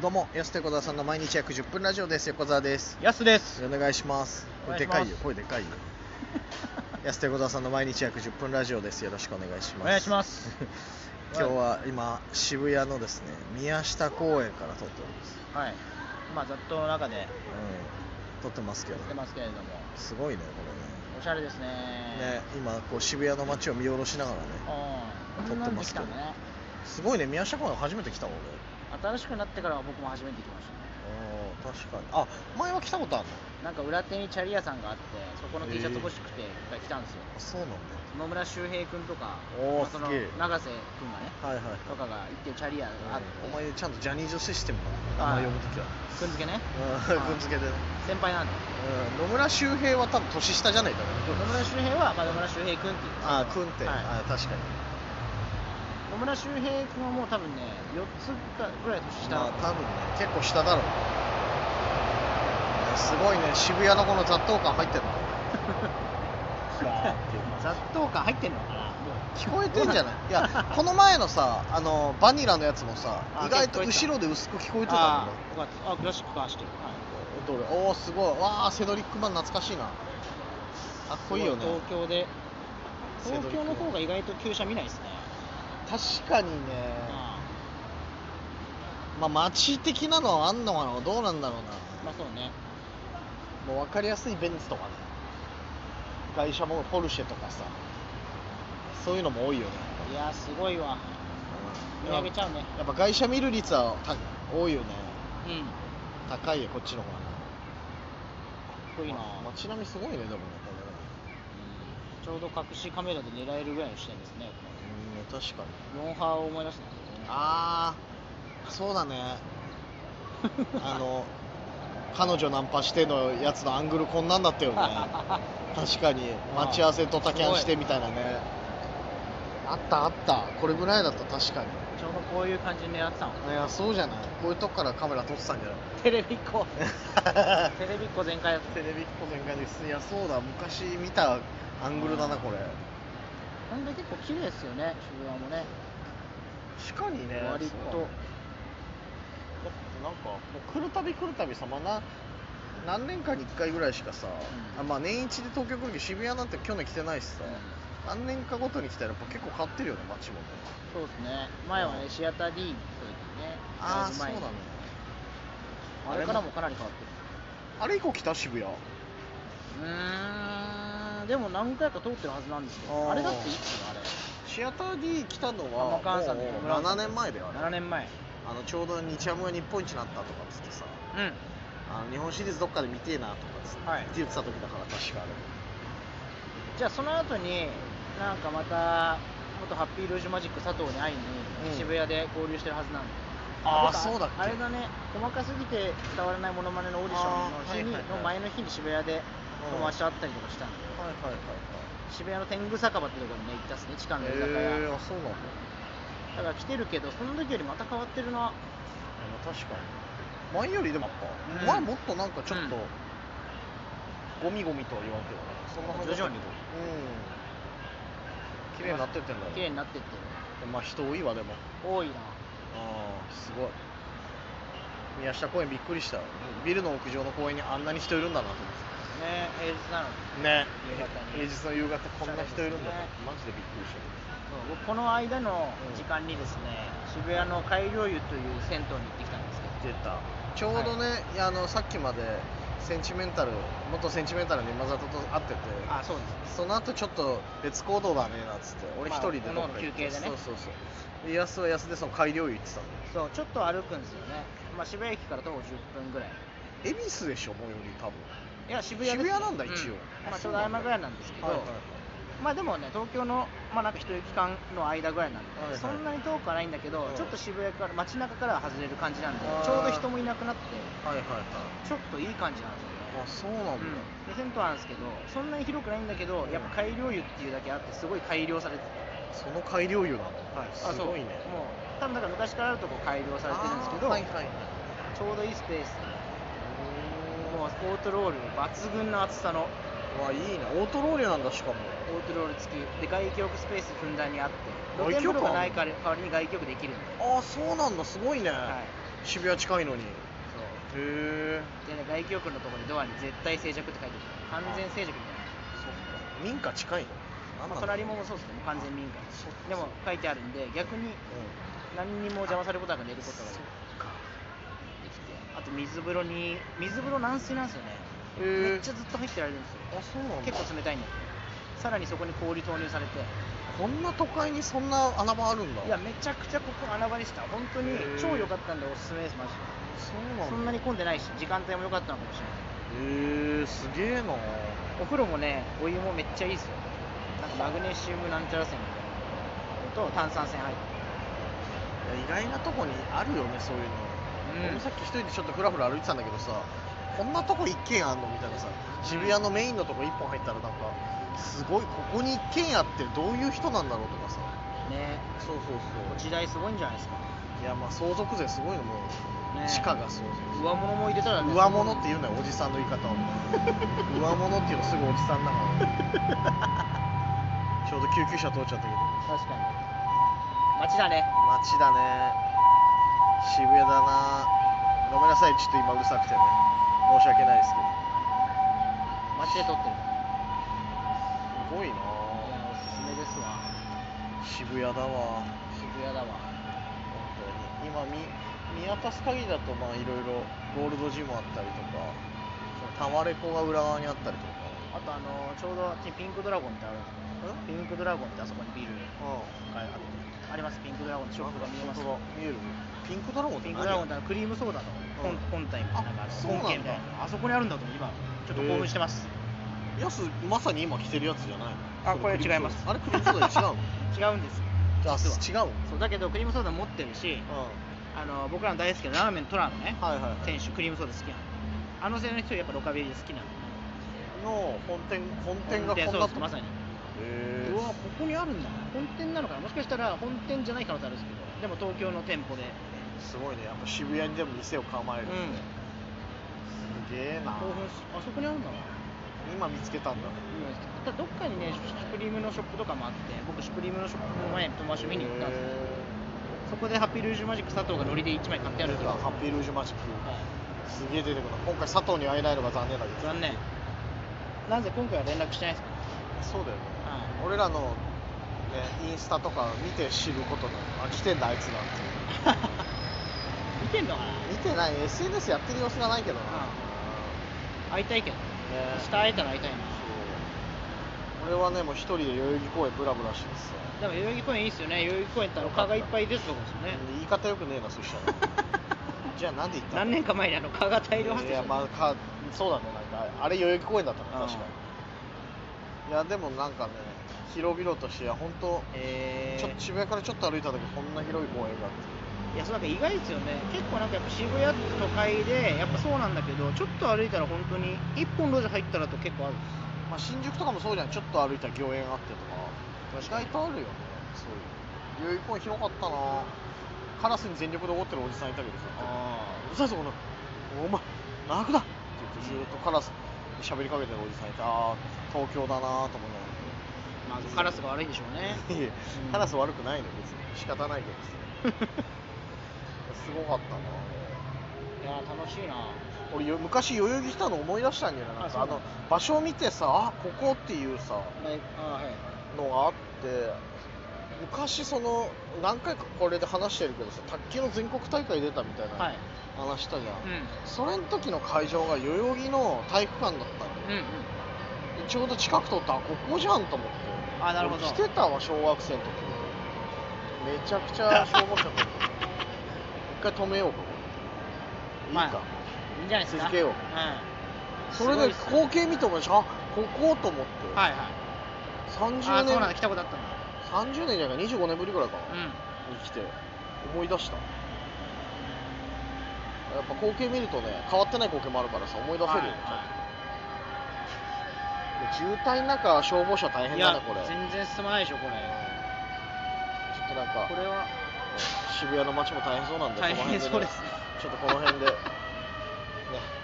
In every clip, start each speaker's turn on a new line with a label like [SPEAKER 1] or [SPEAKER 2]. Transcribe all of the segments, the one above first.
[SPEAKER 1] どうも、安手小沢さんの毎日約10分ラジオです。横澤です。
[SPEAKER 2] やすです
[SPEAKER 1] お願いします。これで
[SPEAKER 2] お願
[SPEAKER 1] か
[SPEAKER 2] い
[SPEAKER 1] い
[SPEAKER 2] し
[SPEAKER 1] よ
[SPEAKER 2] ま、
[SPEAKER 1] 声でかいよ。安手小沢さんの毎日約10分ラジオです。よろしくお願いします。
[SPEAKER 2] お願いしま。す
[SPEAKER 1] 今日は今、渋谷のですね、宮下公園から撮っております。
[SPEAKER 2] はいまあ雑踏の中で
[SPEAKER 1] うん、撮ってますけ
[SPEAKER 2] や
[SPEAKER 1] ど
[SPEAKER 2] っ、てますけれども
[SPEAKER 1] すごいね、こ
[SPEAKER 2] おしゃれですね
[SPEAKER 1] れね。ね、今、こう渋谷の街を見下ろしながらね、
[SPEAKER 2] うん
[SPEAKER 1] 撮
[SPEAKER 2] 撮
[SPEAKER 1] っ
[SPEAKER 2] って
[SPEAKER 1] ま
[SPEAKER 2] てますす
[SPEAKER 1] け
[SPEAKER 2] け
[SPEAKER 1] ど
[SPEAKER 2] どね
[SPEAKER 1] すごいね、宮下公園初めて来たもんね。
[SPEAKER 2] 新しくなってからは僕も初めて来ましたね
[SPEAKER 1] あー確かに。あ、前は来たことあるの
[SPEAKER 2] なんか裏手にチャリ屋さんがあってそこの T シャツ欲しくて一回来たんです
[SPEAKER 1] あ、そ
[SPEAKER 2] よ
[SPEAKER 1] うなんだ。
[SPEAKER 2] 野村周平君とか
[SPEAKER 1] おー
[SPEAKER 2] まあその
[SPEAKER 1] すげえ
[SPEAKER 2] 永瀬君がね
[SPEAKER 1] はいはいはい。
[SPEAKER 2] とかが行ってチャリ屋があって
[SPEAKER 1] お前ちゃんとジャニーズシステムだ名前呼ぶときは
[SPEAKER 2] 君付けね
[SPEAKER 1] うん
[SPEAKER 2] はい
[SPEAKER 1] 君付けでね
[SPEAKER 2] 先輩なんで
[SPEAKER 1] うん野村周平は多分年下じゃないかな
[SPEAKER 2] 野村周平はまあ野村周平君っていう
[SPEAKER 1] ああ君って、
[SPEAKER 2] は
[SPEAKER 1] あ
[SPEAKER 2] い
[SPEAKER 1] あ確かに
[SPEAKER 2] 野村周平君はもう多分ね4つかぐらい年下
[SPEAKER 1] ま
[SPEAKER 2] な
[SPEAKER 1] あ
[SPEAKER 2] の
[SPEAKER 1] 多分ね結構下だろうねすごいね渋谷のこの雑踏感入ってるの
[SPEAKER 2] 雑踏感入ってんのかなもう
[SPEAKER 1] 聞こえてんじゃないい やこ
[SPEAKER 2] の
[SPEAKER 1] の前のさあのバニラのやつもさ
[SPEAKER 2] あ
[SPEAKER 1] 意外と
[SPEAKER 2] 聞こえてた
[SPEAKER 1] 後ろで薄く聞こえてた
[SPEAKER 2] あ
[SPEAKER 1] の
[SPEAKER 2] ーよかったあクラシックカー走ってる、はい、
[SPEAKER 1] どれおおすごいわあセドリックマン懐かしいなかっこいいよね
[SPEAKER 2] すご東京で
[SPEAKER 1] セドリッ
[SPEAKER 2] 東
[SPEAKER 1] ク
[SPEAKER 2] 京の方が意外と旧車見ないですね
[SPEAKER 1] 確かにね
[SPEAKER 2] あ
[SPEAKER 1] まあ街的なのはあんのかなどうなんだろう
[SPEAKER 2] ーまあそうね
[SPEAKER 1] なもう分かりやすいベンツとかね外車もポルシェとかさそういうのも多いよね
[SPEAKER 2] いやーすごいわ見上げちゃうね
[SPEAKER 1] やっぱ外車見る率はた多いよね
[SPEAKER 2] うんか
[SPEAKER 1] 高いよこっちの方が
[SPEAKER 2] っこいいな、
[SPEAKER 1] ま街並みすごいねでもね
[SPEAKER 2] うんちょうど隠しカメラで狙えるぐらいの視点ですね
[SPEAKER 1] うん確かに
[SPEAKER 2] モンハーを思い出した
[SPEAKER 1] ああそうだねあの彼女ナンパしてのやつのアングルこんなんだったよね確かに待ち合わせドタキャンしてみたいなねあったあったこれぐらいだった確かに
[SPEAKER 2] ちょうどこういう感じで狙ってたの
[SPEAKER 1] いやそうじゃないこういうとこからカメラ撮ってたんじゃない
[SPEAKER 2] テレビ っ子テレビっ子全開だっ
[SPEAKER 1] テレビっ子全開ですいやそうだ昔見たアングルだなこれ
[SPEAKER 2] たほんで結構綺麗ですよね渋谷もね
[SPEAKER 1] 確かにね
[SPEAKER 2] 割と
[SPEAKER 1] そうだねだってなんかもう来るたび来るたびさまな何年かに1回ぐらいしかさ、
[SPEAKER 2] うん
[SPEAKER 1] あまあ年一で東京来るけど渋谷なんて去年来てないしさ、何年かごとに来たらやっぱ結構変わってるよね街もね
[SPEAKER 2] そうですね前は
[SPEAKER 1] うん
[SPEAKER 2] ねシアター D に行った時にね
[SPEAKER 1] あ
[SPEAKER 2] だい
[SPEAKER 1] あ
[SPEAKER 2] ぶ
[SPEAKER 1] そう
[SPEAKER 2] 前
[SPEAKER 1] だ
[SPEAKER 2] に
[SPEAKER 1] ね
[SPEAKER 2] あれからもかなり変わってる
[SPEAKER 1] あれ以降来た渋谷
[SPEAKER 2] うーんでも何回か通ってるはずなんですけ
[SPEAKER 1] あー
[SPEAKER 2] どあれだっていつあれ
[SPEAKER 1] シアター D 来たの
[SPEAKER 2] あ
[SPEAKER 1] は
[SPEAKER 2] の菅さんと
[SPEAKER 1] もう
[SPEAKER 2] 村さ
[SPEAKER 1] 7
[SPEAKER 2] んと
[SPEAKER 1] 年前だよあ
[SPEAKER 2] 7
[SPEAKER 1] れ
[SPEAKER 2] 年前
[SPEAKER 1] あのちょうど日ハムが日本一になったとかっつってさ
[SPEAKER 2] う
[SPEAKER 1] あの日本シリーズどっかで見てえなとかっつって,、
[SPEAKER 2] はい
[SPEAKER 1] 言ってた時だから確かあれ
[SPEAKER 2] んじゃあその後になんかまた元ハッピールージュマジック佐藤に会いに
[SPEAKER 1] うん
[SPEAKER 2] 渋谷で交流してるはずなんで、
[SPEAKER 1] あー
[SPEAKER 2] なんか
[SPEAKER 1] そうだっけ
[SPEAKER 2] あれだね細かすぎて伝わらないモノマネのオーディションの
[SPEAKER 1] あーはいはいはい
[SPEAKER 2] 日にの前の日に渋谷で友達と会ったりとかしたんで
[SPEAKER 1] はいはいはいはい
[SPEAKER 2] 渋谷の天狗酒場ってとこにね行ったっすね地下の居酒屋、
[SPEAKER 1] えー、あそうなんだいや
[SPEAKER 2] だから来てるけどその時よりまた変わってるな
[SPEAKER 1] 確かに前よりでもやっぱ、
[SPEAKER 2] うん
[SPEAKER 1] 前もっとなんかちょっと、
[SPEAKER 2] うん
[SPEAKER 1] ゴミゴミとは言わんけどねそんな感じだった
[SPEAKER 2] 徐々
[SPEAKER 1] う
[SPEAKER 2] に
[SPEAKER 1] ん綺麗になってってんだよ
[SPEAKER 2] 綺麗になってってる
[SPEAKER 1] まあ人多いわでも
[SPEAKER 2] 多いな
[SPEAKER 1] ああすごい宮下公園びっくりしたビルの屋上の公園にあんなに人いるんだなと思っ
[SPEAKER 2] ね平日なの
[SPEAKER 1] て
[SPEAKER 2] に
[SPEAKER 1] ね
[SPEAKER 2] 夕方に
[SPEAKER 1] 平日の夕方こんな人いるんだ
[SPEAKER 2] ね
[SPEAKER 1] マジでびっくりした
[SPEAKER 2] そう僕この間の時間にですね、渋谷の改良湯という銭湯に行ってきたんですけ
[SPEAKER 1] 出
[SPEAKER 2] ど
[SPEAKER 1] たちょうどね、いやあのさっきまでセンチメンタル元センチメンタルの今里と会ってて
[SPEAKER 2] あそうです
[SPEAKER 1] その後ちょっと別行動だねなっつって俺一
[SPEAKER 2] まあ
[SPEAKER 1] 人でどっ
[SPEAKER 2] 各
[SPEAKER 1] か
[SPEAKER 2] 々
[SPEAKER 1] 行
[SPEAKER 2] 休
[SPEAKER 1] って
[SPEAKER 2] 憩でね
[SPEAKER 1] そうそうそうで安は安でその改良湯行ってたの
[SPEAKER 2] そうちょっと歩くんですよね、まあ、渋谷駅から徒歩10分ぐらい
[SPEAKER 1] 恵比寿でしょ最寄り多分
[SPEAKER 2] いや渋谷で
[SPEAKER 1] 渋
[SPEAKER 2] す
[SPEAKER 1] 谷なんだ一応
[SPEAKER 2] うんまあ、ちょうど合間ぐらいなんですけど、まあでもね東京のまあなんか一駅間の間ぐらいなんで、
[SPEAKER 1] はいはい
[SPEAKER 2] そんなに遠くはないんだけど、
[SPEAKER 1] うん
[SPEAKER 2] ちょっと渋谷から街中からは外れる感じなんで
[SPEAKER 1] あー
[SPEAKER 2] ちょうど人もいなくなって
[SPEAKER 1] はいはいはい
[SPEAKER 2] ちょっといい感じなんですよね
[SPEAKER 1] あそうなんだ、
[SPEAKER 2] うん、で銭湯なんですけどそんなに広くないんだけどやっぱ改良湯っていうだけあってすごい改良されて
[SPEAKER 1] その改良湯なの、
[SPEAKER 2] た、
[SPEAKER 1] はい、す
[SPEAKER 2] あそう
[SPEAKER 1] ごいね
[SPEAKER 2] もう多分だから昔からあるとこ改良されてるんですけど、
[SPEAKER 1] はいはいはい
[SPEAKER 2] ちょうどいいスペースでもうオートロール抜群の厚さの
[SPEAKER 1] うわいいねオートロールなんだしかも
[SPEAKER 2] オートロール付きで外気浴スペースふんだんにあって露
[SPEAKER 1] 外気
[SPEAKER 2] 天
[SPEAKER 1] 浴
[SPEAKER 2] 風呂がない代わり代わりに外気浴できるんで、
[SPEAKER 1] ああそうなんだすごいね、
[SPEAKER 2] はい、
[SPEAKER 1] 渋谷近いのにへ
[SPEAKER 2] そ
[SPEAKER 1] え
[SPEAKER 2] うでね外気浴のところにドアに絶対静寂って書いてある完全静寂み
[SPEAKER 1] そっか民家近いの
[SPEAKER 2] たいな、まあ、
[SPEAKER 1] なん
[SPEAKER 2] 隣
[SPEAKER 1] だ
[SPEAKER 2] もそうですね完全民家
[SPEAKER 1] そっか
[SPEAKER 2] でも書いてあるんで逆に
[SPEAKER 1] う
[SPEAKER 2] 何にも邪魔されることなく寝ることができて
[SPEAKER 1] んか
[SPEAKER 2] あと水風呂に水風呂軟水なんですよね
[SPEAKER 1] へー
[SPEAKER 2] めっちゃずっと入ってられるんです
[SPEAKER 1] あそ
[SPEAKER 2] よ
[SPEAKER 1] うなんだ
[SPEAKER 2] 結構冷たいんだってさらにそこに氷投入されて
[SPEAKER 1] こんな都会にそんな穴場あるんだ
[SPEAKER 2] いやめちゃくちゃここ穴場でした本当に
[SPEAKER 1] へー
[SPEAKER 2] 超良かったんでおすすめですマジ
[SPEAKER 1] そうなん
[SPEAKER 2] で
[SPEAKER 1] だ
[SPEAKER 2] そんなに混んでないし時間帯も良かったのかもしれな
[SPEAKER 1] へ
[SPEAKER 2] い
[SPEAKER 1] えすげえな
[SPEAKER 2] お風呂もねお湯もめっちゃいいですよなんかマグネシウムなんちゃら泉みたいなのと炭酸泉入って
[SPEAKER 1] いや意外なとこにあるよねそういうの、
[SPEAKER 2] うん
[SPEAKER 1] 俺もさっき一人でちょっとふらふら歩いてたんだけどさこんなとこ一軒あんのみたいなさ渋谷のメインのとこ一本入ったらなんかすごいここに一軒あってどういう人なんだろうとかさ
[SPEAKER 2] ね
[SPEAKER 1] そうそう
[SPEAKER 2] こう時代すごいんじゃないですか
[SPEAKER 1] いやまあ相続税すごいのもう、
[SPEAKER 2] ね
[SPEAKER 1] 地価が相続
[SPEAKER 2] 上物も入れたらね
[SPEAKER 1] 上物って言うなよおじさんの言い方を上物っていうのすぐおじさんだからちょうど救急車通っちゃったけど
[SPEAKER 2] 確かに街だね
[SPEAKER 1] 街だね渋谷だなごめんなさいちょっと今うるさくてね申し訳ないですけど
[SPEAKER 2] 街で撮ってる
[SPEAKER 1] すごいない
[SPEAKER 2] やおすすめですわ
[SPEAKER 1] 渋谷だわ
[SPEAKER 2] 渋谷だわ
[SPEAKER 1] 本当に今見見渡す限りだとまあいろいろゴールドジムあったりとかタワレコが裏側にあったりとか
[SPEAKER 2] あとあのちょうどあっちにピンクドラゴンってあるんですよ
[SPEAKER 1] うん
[SPEAKER 2] ピンクドラゴンってあそこにビールがあってありますピンクドラゴンのショップが見えますよ
[SPEAKER 1] 本当だ見えるピンクドラゴンって
[SPEAKER 2] ピン
[SPEAKER 1] 何
[SPEAKER 2] クドラゴンってあのクリームソーダの本,、
[SPEAKER 1] うん
[SPEAKER 2] 本体みたいなのがあ
[SPEAKER 1] あ
[SPEAKER 2] る
[SPEAKER 1] そうなんだ
[SPEAKER 2] 本家みたいなあそこにあるんだと思う今ちょっと興奮してます
[SPEAKER 1] やすまさに今着てるやつじゃないの
[SPEAKER 2] あこれ違います
[SPEAKER 1] あれクリームソーダで違うの
[SPEAKER 2] 違うんです
[SPEAKER 1] あ
[SPEAKER 2] 実は
[SPEAKER 1] 違うの
[SPEAKER 2] そうだけどクリームソーダ持ってるしあの僕らの大好きなラーメントラのね、
[SPEAKER 1] はいはいはい
[SPEAKER 2] 店主クリームソーダ好きなのあの店の人やっぱロカビリー好きなの
[SPEAKER 1] の本店本店がこんな
[SPEAKER 2] そうですまさに
[SPEAKER 1] へ
[SPEAKER 2] うわここにあるんだ本店なのかなもしかしたら本店じゃない可能性あるんですけどでも東京の店舗で、
[SPEAKER 1] すごいねやっぱ渋谷にでも店を構えるって、
[SPEAKER 2] うん
[SPEAKER 1] すげえな
[SPEAKER 2] 興奮しあそこにあるんだな
[SPEAKER 1] 今見つけたんだ
[SPEAKER 2] ただどっかにねシュプリームのショップとかもあって僕シュプリームのショップの前に友達と見に行ったんですよそこでハッピールージュマジック佐藤がノリで1枚買ってある
[SPEAKER 1] か
[SPEAKER 2] からら
[SPEAKER 1] ハッピールージュマジックすげえ出てくるな今回佐藤に会えないのが残念だけど
[SPEAKER 2] 残念なぜ今回は連絡してないですか
[SPEAKER 1] そうだよね
[SPEAKER 2] はい
[SPEAKER 1] 俺らの、ね、インスタとか見て知ることなのあ来てんだあいつらって
[SPEAKER 2] 見てんのかな
[SPEAKER 1] 見てない SNS やってる様子がないけどな、
[SPEAKER 2] 会いたいけど
[SPEAKER 1] ね
[SPEAKER 2] 明日会えたら会いたいな
[SPEAKER 1] そう俺はねもう一人で代々木公園ブラブラしててさ
[SPEAKER 2] でも代々木公園いいっすよね代々木公園ってあの蚊がいっぱい出るとこですよね
[SPEAKER 1] 言い方よくねえなそしたら じゃあなんで言ったの
[SPEAKER 2] 何年か前にあの蚊が大量発生
[SPEAKER 1] い
[SPEAKER 2] し
[SPEAKER 1] や
[SPEAKER 2] た
[SPEAKER 1] まあかそうだねなんかあれ代々木公園だった
[SPEAKER 2] う
[SPEAKER 1] な、
[SPEAKER 2] ん
[SPEAKER 1] 確かにいやでもなんかね広々としていや本当、
[SPEAKER 2] え
[SPEAKER 1] ちょっと
[SPEAKER 2] ー、
[SPEAKER 1] 渋谷からちょっと歩いただけでこんな広い公園があって
[SPEAKER 2] いやそうなんか意外ですよね結構なんかやっぱ渋谷って都会でやっぱそうなんだけどちょっと歩いたら本当に一本路地入ったらと結構あるんです
[SPEAKER 1] まあ、新宿とかもそうじゃんちょっと歩いたら御苑あってと
[SPEAKER 2] 確
[SPEAKER 1] か意外とあ
[SPEAKER 2] かに
[SPEAKER 1] るよねそういう代々木公園広かったなカラスに全力で怒ってるおじさんいたけどずっと
[SPEAKER 2] あ
[SPEAKER 1] うるさいぞこのお前長くだって言ってずっとカラスに喋りかけてるおじさんいてああ東京だなと思いながら
[SPEAKER 2] まあカラスが悪いんでしょうね
[SPEAKER 1] いや
[SPEAKER 2] うん
[SPEAKER 1] カラス悪くないの別に仕方ないけどさすごかったない
[SPEAKER 2] や楽しいな
[SPEAKER 1] 俺よ昔代々木来たの思い出したんだよななん
[SPEAKER 2] あ
[SPEAKER 1] か
[SPEAKER 2] そう
[SPEAKER 1] あ
[SPEAKER 2] なの
[SPEAKER 1] の場所を見てさあここっていうさ
[SPEAKER 2] ライブあはい
[SPEAKER 1] のがあって昔その何回かこれで話してるけどさ卓球の全国大会出たみたいな
[SPEAKER 2] はい
[SPEAKER 1] 話したじゃん、
[SPEAKER 2] う
[SPEAKER 1] それの時の会場が代々木の体育館だったんだよ、
[SPEAKER 2] んうんうん
[SPEAKER 1] でちょうど近く通ったあここじゃんと思って
[SPEAKER 2] あなるほど
[SPEAKER 1] 俺来てたわ小学生の時めちゃくちゃ消防車一 回止めようかこれいい
[SPEAKER 2] まあ
[SPEAKER 1] か、
[SPEAKER 2] いいんじゃないですか
[SPEAKER 1] 続けよう
[SPEAKER 2] うん
[SPEAKER 1] それ
[SPEAKER 2] すごい
[SPEAKER 1] で
[SPEAKER 2] っすね
[SPEAKER 1] 光景見て思いましたあここと思って、
[SPEAKER 2] はいはいあ
[SPEAKER 1] 30
[SPEAKER 2] そうなんだ
[SPEAKER 1] 年
[SPEAKER 2] 来たことあったんだ
[SPEAKER 1] 30年じゃないか25年ぶりぐらいかな、
[SPEAKER 2] うん
[SPEAKER 1] に来て思い出したやっぱ光景見るとね変わってない光景もあるからさ思い出せるよね、ちゃんとで渋滞の中消防車大変
[SPEAKER 2] い
[SPEAKER 1] だ
[SPEAKER 2] や
[SPEAKER 1] ねこれ
[SPEAKER 2] 全然進まないでしょこれ
[SPEAKER 1] ちょっとなんか
[SPEAKER 2] これは
[SPEAKER 1] 渋谷の街も大変そうなんで
[SPEAKER 2] 大変
[SPEAKER 1] この辺
[SPEAKER 2] そうですね
[SPEAKER 1] ちょっとこの辺で、ね、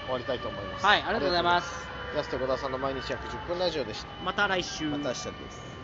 [SPEAKER 1] 終わりたいと思います
[SPEAKER 2] はいありがとうございます
[SPEAKER 1] 安手小田さんの毎日約10分ラジオでした
[SPEAKER 2] また来週
[SPEAKER 1] また明日です